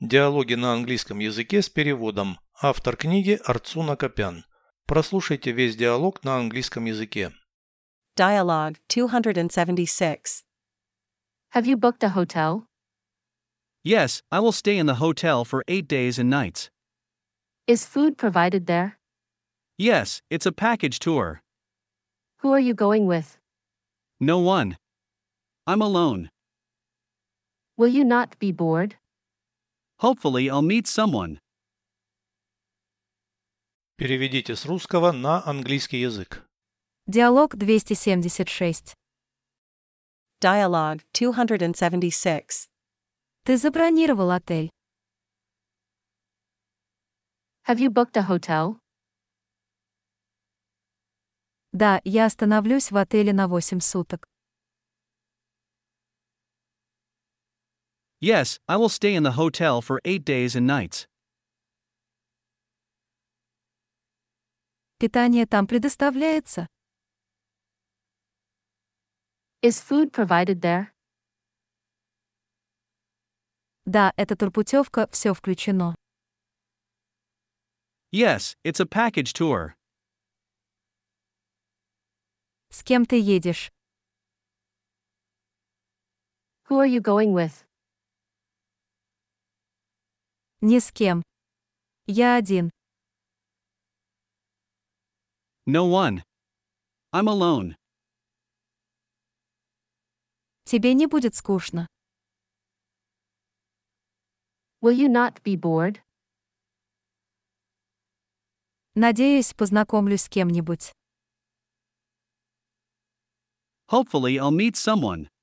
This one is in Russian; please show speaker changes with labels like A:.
A: Диалоги на английском языке с переводом. Автор книги Арцуна Копян. Прослушайте весь диалог на английском языке.
B: Dialogue 276.
C: Have you booked a hotel?
D: Yes, I will stay in the hotel for eight days and nights.
C: Is food provided there?
D: Yes, it's a package tour.
C: Who are you going with?
D: No one. I'm alone.
C: Will you not be bored?
D: Hopefully, I'll meet someone.
A: Переведите с русского на английский язык.
E: Диалог 276.
B: Dialogue 276.
E: Ты забронировал отель.
C: Have you booked a hotel?
E: Да, я остановлюсь в отеле на 8 суток.
D: Yes, I will stay in the hotel for eight days and nights.
E: Питание там предоставляется.
C: Is food provided there?
E: Да, эта турпутевка, все включено.
D: Yes, it's a package tour.
E: С кем ты едешь?
C: Who are you going with?
E: Ни с кем. Я один.
D: No one. I'm alone.
E: Тебе не будет скучно.
C: Will you not be bored?
E: Надеюсь, познакомлюсь с кем-нибудь.
D: Hopefully, I'll meet someone.